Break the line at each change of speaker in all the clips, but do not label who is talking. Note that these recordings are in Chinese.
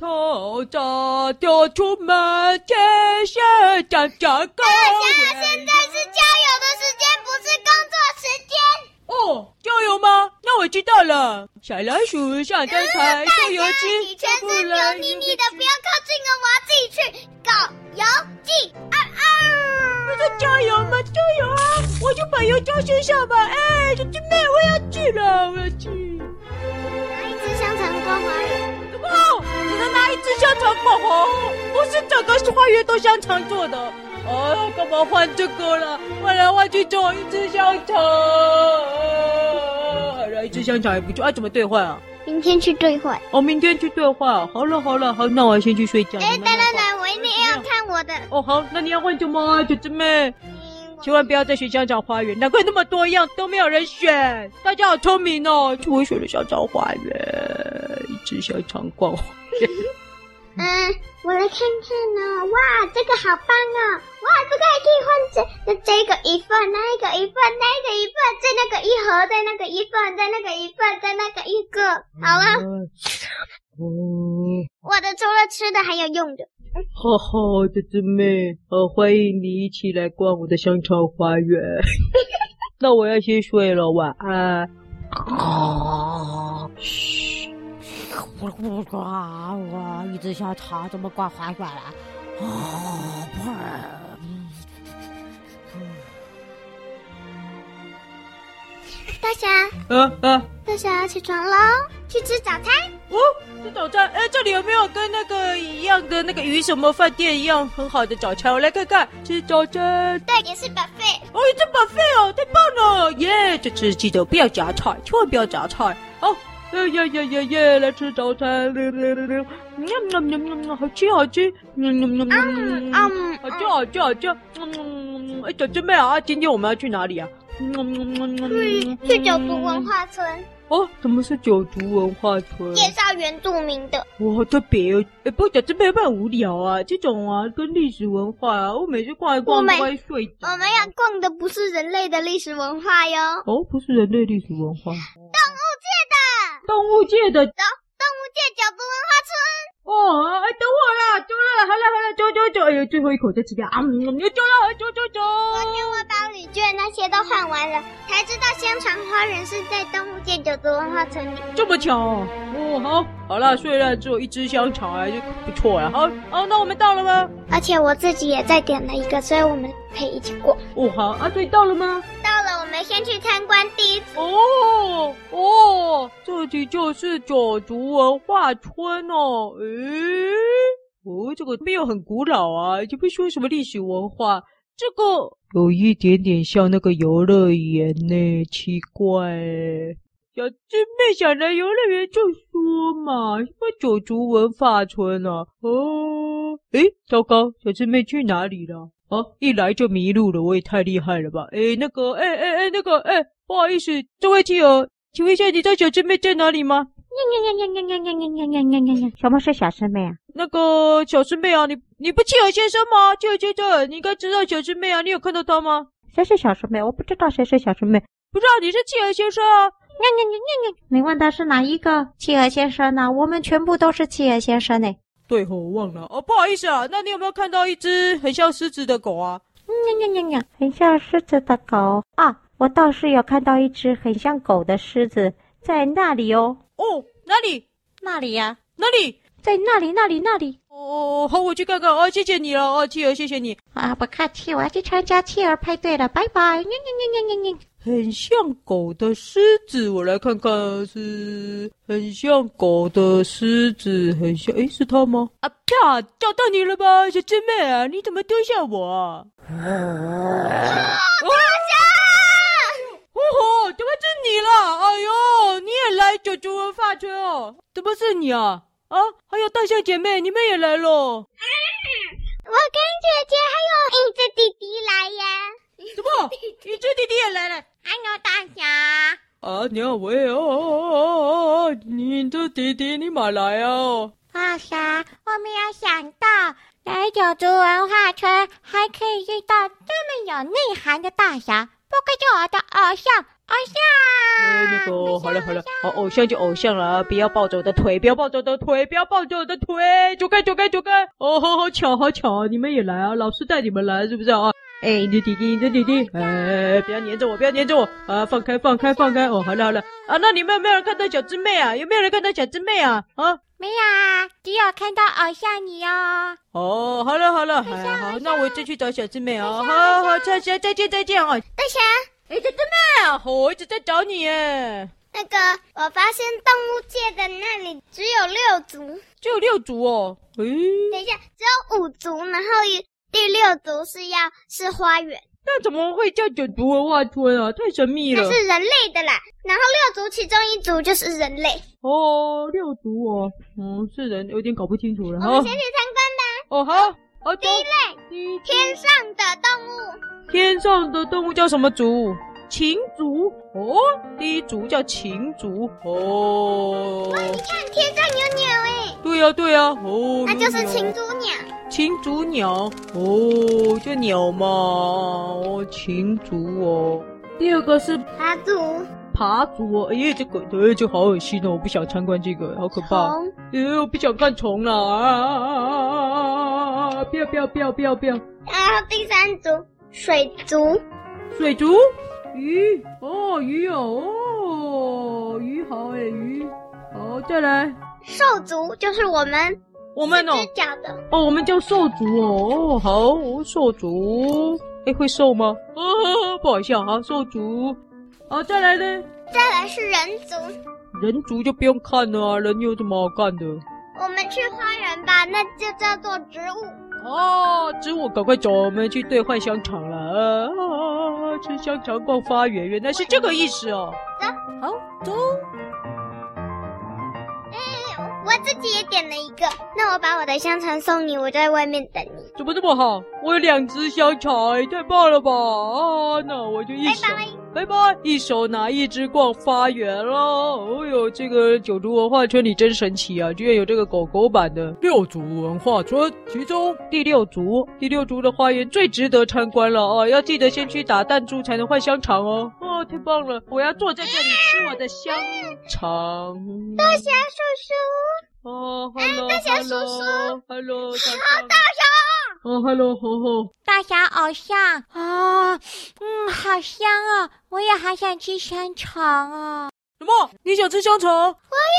头早就出门，见识长长高。
想要现在是郊游的时间，不是工作时间。
哦，郊游吗？那我知道了。小老鼠上灯台，
大
跳
家
油
你
漆，
全
不
身
来
油腻腻的，不要靠近哦，我要自己去。狗游记，啊啊！
这哦加油吗？加油啊！我就把油浇身上吧。哎，小弟妹，我要去了，我要去。
拿一只香肠逛花园，
哦，只能拿一支香肠爆红，不是整个花园都香肠做的。哦，干嘛换这个了？换来换去只有一只香肠。好了，一只香肠也不错。啊，怎么兑换啊？
明天去兑换。
我、明天去兑换。好了好了，好，那我先去睡觉。
哎，
你
等
慢慢
等
换
等，我一定要看我的。
哦，好，那你要换什么啊，九姊妹？千万不要再选香肠花园，难怪那么多样都没有人选。大家好聪明哦，是我选了香肠花园，一只香肠逛花园。
嗯，我来看看呢、哇，这个好棒哦！哇，这个还可以换这那这个一份，那一个一份，那一个一份，再那个一盒，再那个一份，再那个一份，再那个一个。好了，
嗯，
我的除了吃的还有用的。
好好的姊妹，好欢迎你一起来逛我的香肠花园。 那我要先睡了，晚安。
我我我我一直想长怎么逛花园啊了？哦，不是，
大侠，
啊啊！
大侠起床喽，去吃早餐。
哦，这早餐，哎，这里有没有跟那个一样的那个鱼什么饭店一样很好的早餐？我来看看，吃早餐。
对，也是 buffet。
哦，这把费哦，太棒了，耶！这次记得不要夹菜，千万不要夹菜。哦，耶耶耶耶耶，来吃早餐，溜溜溜溜，喵喵喵喵喵，好吃好吃，喵喵喵喵
嗯
喵，
嗯
好吃好吃好吃，嗯，哎，小师妹啊，今天我们要去哪里啊？嗯
嗯，去九族文。化村
哦，怎么是九族文化村？
介绍原住民的。
哇，好特别哦！哎，不过小师妹有没有很无聊啊？这种啊，跟历史文化啊，我每次逛一
我
逛都
每
会睡着。
我们要逛的不是人类的历史文化哟，动
哦，不是人类历史文化。
物
动物界的
界九族文化村。
哦，哎，等我啦，走了，好了好了，走走走，哎呦，最后一口再吃掉啊！嗯，又走了，走走走。
昨天我把礼券那些都换完了，才知道香肠花园是在动物界九族文化村里。
这么巧哦，哦好，好了，睡了只有一只香肠，还是不错了。好，哦，那我们到了吗？
而且我自己也再点了一个，所以我们可以一起过。
哦，好啊，对，到了吗？
到了，我们先去参观第一组。
哦哦，这里就是九族文化村哦。诶，哦，这个没有很古老啊，也不说什么历史文化，这个有一点点像那个游乐园呢，奇怪诶。小智妹想来游乐园就说嘛，什么九族文化村啊？哦，诶，糟糕，小智妹去哪里了？哦、一来就迷路了，我也太厉害了吧？诶，那个，诶诶诶，那个，诶，不好意思，这位企鹅，请问一下，你知道小智妹在哪里吗？
什么是小师妹啊？
那个小师妹啊，你你不企鹅先生吗？企鹅先生，你应该知道小师妹啊，你有看到她吗？
谁是小师妹？我不知道谁是小师妹。
不知道你是企鹅先生啊？
你问的是哪一个企鹅先生呢？我们全部都是企鹅先生呢。
对吼，我忘了哦，不好意思啊，那你有没有看到一只很像狮子的狗啊？
很像狮子的狗啊！我倒是有看到一只很像狗的狮子在那里哦。
哦，哪里
那里呀、
哪里？
在那里，那里，那里
哦，好，我去看看哦，谢谢你了哦，企鹅，谢谢你。
啊！不客气，我要去参加企鹅派对了，拜拜。
很像狗的狮子，我来看看是很像狗的狮子，很像诶，是它吗？啊啪！找到你了吧，小师妹啊！你怎么丢下我啊？大侠！哦吼，怎么是你了？哎呦，你也来九族文化圈哦？怎么是你啊？啊，还有大象姐妹，你们也来喽？
我跟姐姐还有影子弟弟来呀。
怎么，你这弟弟也来了？
还有大侠，
啊娘喂哦哦哦哦哦！你这弟弟你马来哦！
大侠，我没有想到来九族文化村还可以遇到这么有内涵的大侠，不可以做我的偶像，偶像。
哎，那
啊
个，好了哦好了，好偶像就偶像了，不要抱着我的腿，不要抱着我的腿，不要抱着我的腿，走开走开走开！哦，好好巧好巧啊，你们也来啊，老师带你们来是不是啊？哎，你的弟弟，你的弟弟，哎，不要粘着我，不要粘着我啊！放开放开放开！哦，好了好了啊，那你们有没有人看到小智妹啊？有没有人看到小智妹啊？啊？
没有啊，只有看到偶像你哦。
哦，好了好了，哎呀，好，那我再去找小智妹啊！好好，再见再见再见啊！
大侠，
哎，小智妹啊，我一直在找你哎。
那个我发现动物界的那里只有六族，
只有六族哦。诶、
等一下只有五族，然后一第六族是要是花园，
那怎么会叫九族文化村啊？太神秘
那
了。
是人类的啦。然后六族其中一族就是人类。
哦，六族哦，嗯，是人，有点搞不清楚了。
我
好
们，先去参观吧。
哦，好，好走。
类
第一
天上的动物，
天上的动物叫什么族？禽族哦，第一族叫禽族哦。
你看天上有鸟哎，
对呀、对呀、哦，
那
有
就是
鸟
禽猪鸟。
禽族鸟哦，就鸟嘛，哦，禽族哦。第二个是
阿祖，
爬族哦，哎呀，这个哎，这好恶心哦，我不想参观这个，好可怕。
虫，
哎呦，我不想看虫了啊啊啊啊啊啊！不要不要不要不要不要！
然后第三族水族，
水族鱼哦鱼哦哦鱼好哎鱼好再来
兽族就是我们
我们哦
四只脚的。
哦我们叫兽族哦哦好哦兽族哎会瘦吗？哦不好笑啊兽族好再来呢
再来是人族，
人族就不用看了啊人有什么好看的
我们去花园吧，那就叫做植物。
哦植物赶快走我们去兑换香肠了啊啊啊啊吃香肠逛花园原来是这个意思哦。
好走。
哎，我自己也点了一个，那我把我的香肠送你，我在外面等你。
怎么这么好？我有两只香肠，哎太棒了吧！啊，那我就一
拜
手
拜。
拜拜，一手拿一只逛花园喽。哦呦，这个九族文化村里真神奇啊，居然有这个狗狗版的六族文化村，其中第六族，第六族的花园最值得参观了哦。要记得先去打弹珠才能换香肠哦。哦，太棒了，我要坐在这里吃我的香 肠。大侠
叔叔，
哦，hello，
大侠叔叔
hello，hello，好大侠。哦，hello，吼吼。
大侠偶像啊、嗯，好香哦！我也好想吃香肠哦。
什么？你想吃香肠？我也要。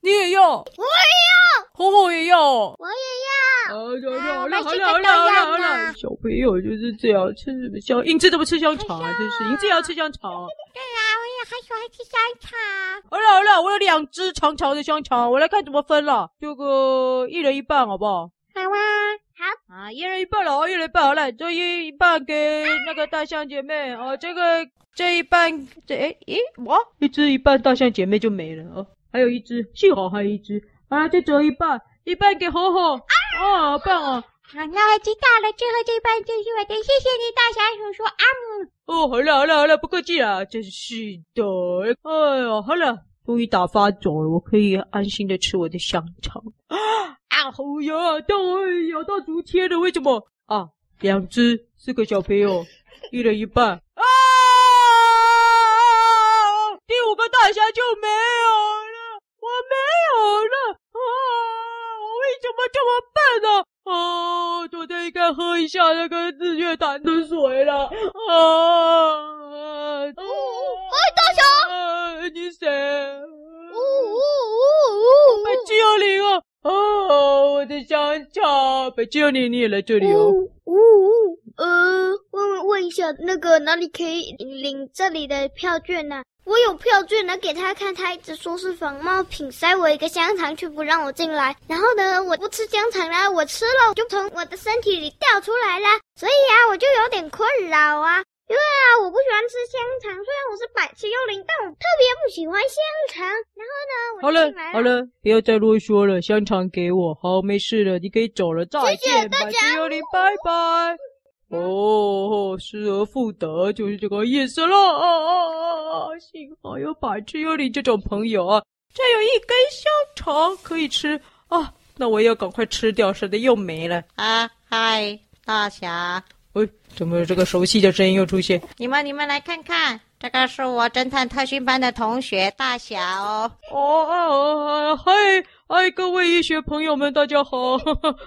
你也要？我也要。红红也要哦。
我也要。
好了好了
我们
好
是
了
个
好了
大
好了
样
好
啊
了，小朋友就是这样，吃什么香？英子都不吃香肠啊，真是英子也要吃香肠。
对啊，我也好喜欢吃香肠。
好了好了，我有两只长长的香肠，我来看怎么分了，这个一人一半好不好？
好啊，
啊，一人一半了，哦一人一半好了，这一半给那个大象姐妹哦，这个这一半这诶诶，哇，一只一半大象姐妹就没了哦，还有一只，幸好还有一只啊，再折一半，一半给吼吼，哦，好棒哦，
好，那我知道了，最后这半就是我的，谢谢你，大侠叔叔啊。
哦，好了好了好了，不客气啦，真是的，哎呦，好了，终于打发走了，我可以安心的吃我的香肠。啊，好呀，但我咬到竹签了，为什么？啊，两只，四个小朋 友，一人一半。啊！第五个大侠就没有了，我没有了啊！我为什么这么笨呢、哦，昨天应该喝一下那个日月潭的水了啊！哦，
哎大侠，
啊、你谁？
呜呜呜
百七幺零哦，哦，我的香肠，百七幺零啊你也来这里哦。
呜呜呜呜！呃，问问一下，那个哪里可以领这里的票券呢、我有票券呢，给他看，他一直说是仿冒品，塞我一个香肠却不让我进来。然后呢，我不吃香肠啦，我吃了就从我的身体里掉出来啦，所以啊，我就有点困扰啊。因为啊，我不喜欢吃香肠，虽然我是百吃幽灵，但我特别不喜欢香肠。然后呢，
好
我就
了
进来
好了，不要再啰嗦了，香肠给我。好，没事了，你可以走了，再
谢
见，
大
百
家
七幺零，拜拜。哦，失而复得就是这个意思了。哦哦哦哦，幸好有百吃幽灵这种朋友啊，这有一根香肠可以吃哦啊，那我要赶快吃掉，省得又没了。
啊，嗨，大侠，
哎，怎么这个熟悉的声音又出现？
你们你们来看看，这个是我侦探特训班的同学大侠哦。
哦哦哦，嗨嗨，各位医学朋友们，大家好！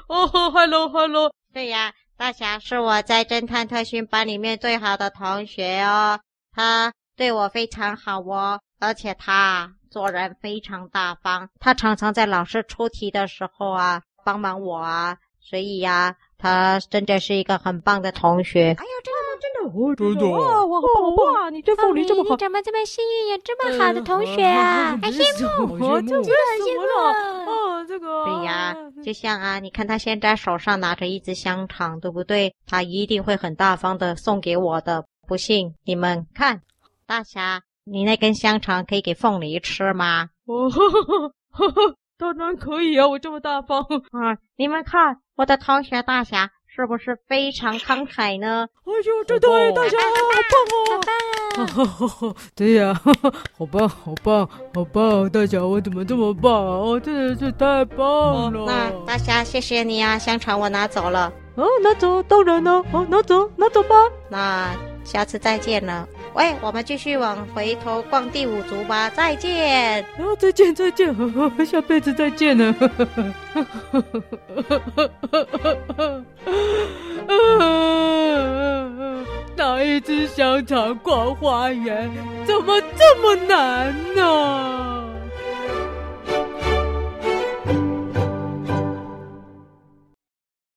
哦，hello hello，
对呀，大侠是我在侦探特训班里面最好的同学哦，他对我非常好哦，而且他做人非常大方，他常常在老师出题的时候啊帮忙我啊，所以呀、他真的是一个很棒的同学。
哎呀，真的吗？
真的哦，
真的哦
哇，哇，好棒好棒啊！你对凤梨这么好
你，怎么这么幸运，有这么好的同学啊？哎，
羡慕我，这个什么了？哦，这个
对呀，
哦嗯
就像啊，你看他现在手上拿着一只香肠，对不对？他一定会很大方的送给我的。不信你们看，大侠，你那根香肠可以给凤梨吃吗？
哦，呵呵呵呵哦 当然可以啊，我这么大方。
啊，你们看，我的同学大侠是不是非常慷慨呢？
哎呦，这对大家好棒哦！哈哈 哈，对呀、好棒，好棒，好棒！大侠，我怎么这么棒啊？哦，真的是太棒
哦
了！
那大侠，谢谢你啊，香肠我拿走了。
哦，拿走，当然了，哦，拿走，拿走吧。
那下次再见了。喂，我们继续往回头逛第五族吧，再见。
然后再见，再见，呵呵呵下辈子再见了。呵呵呵呵呵拿一只香肠逛花园，怎么这么难呢、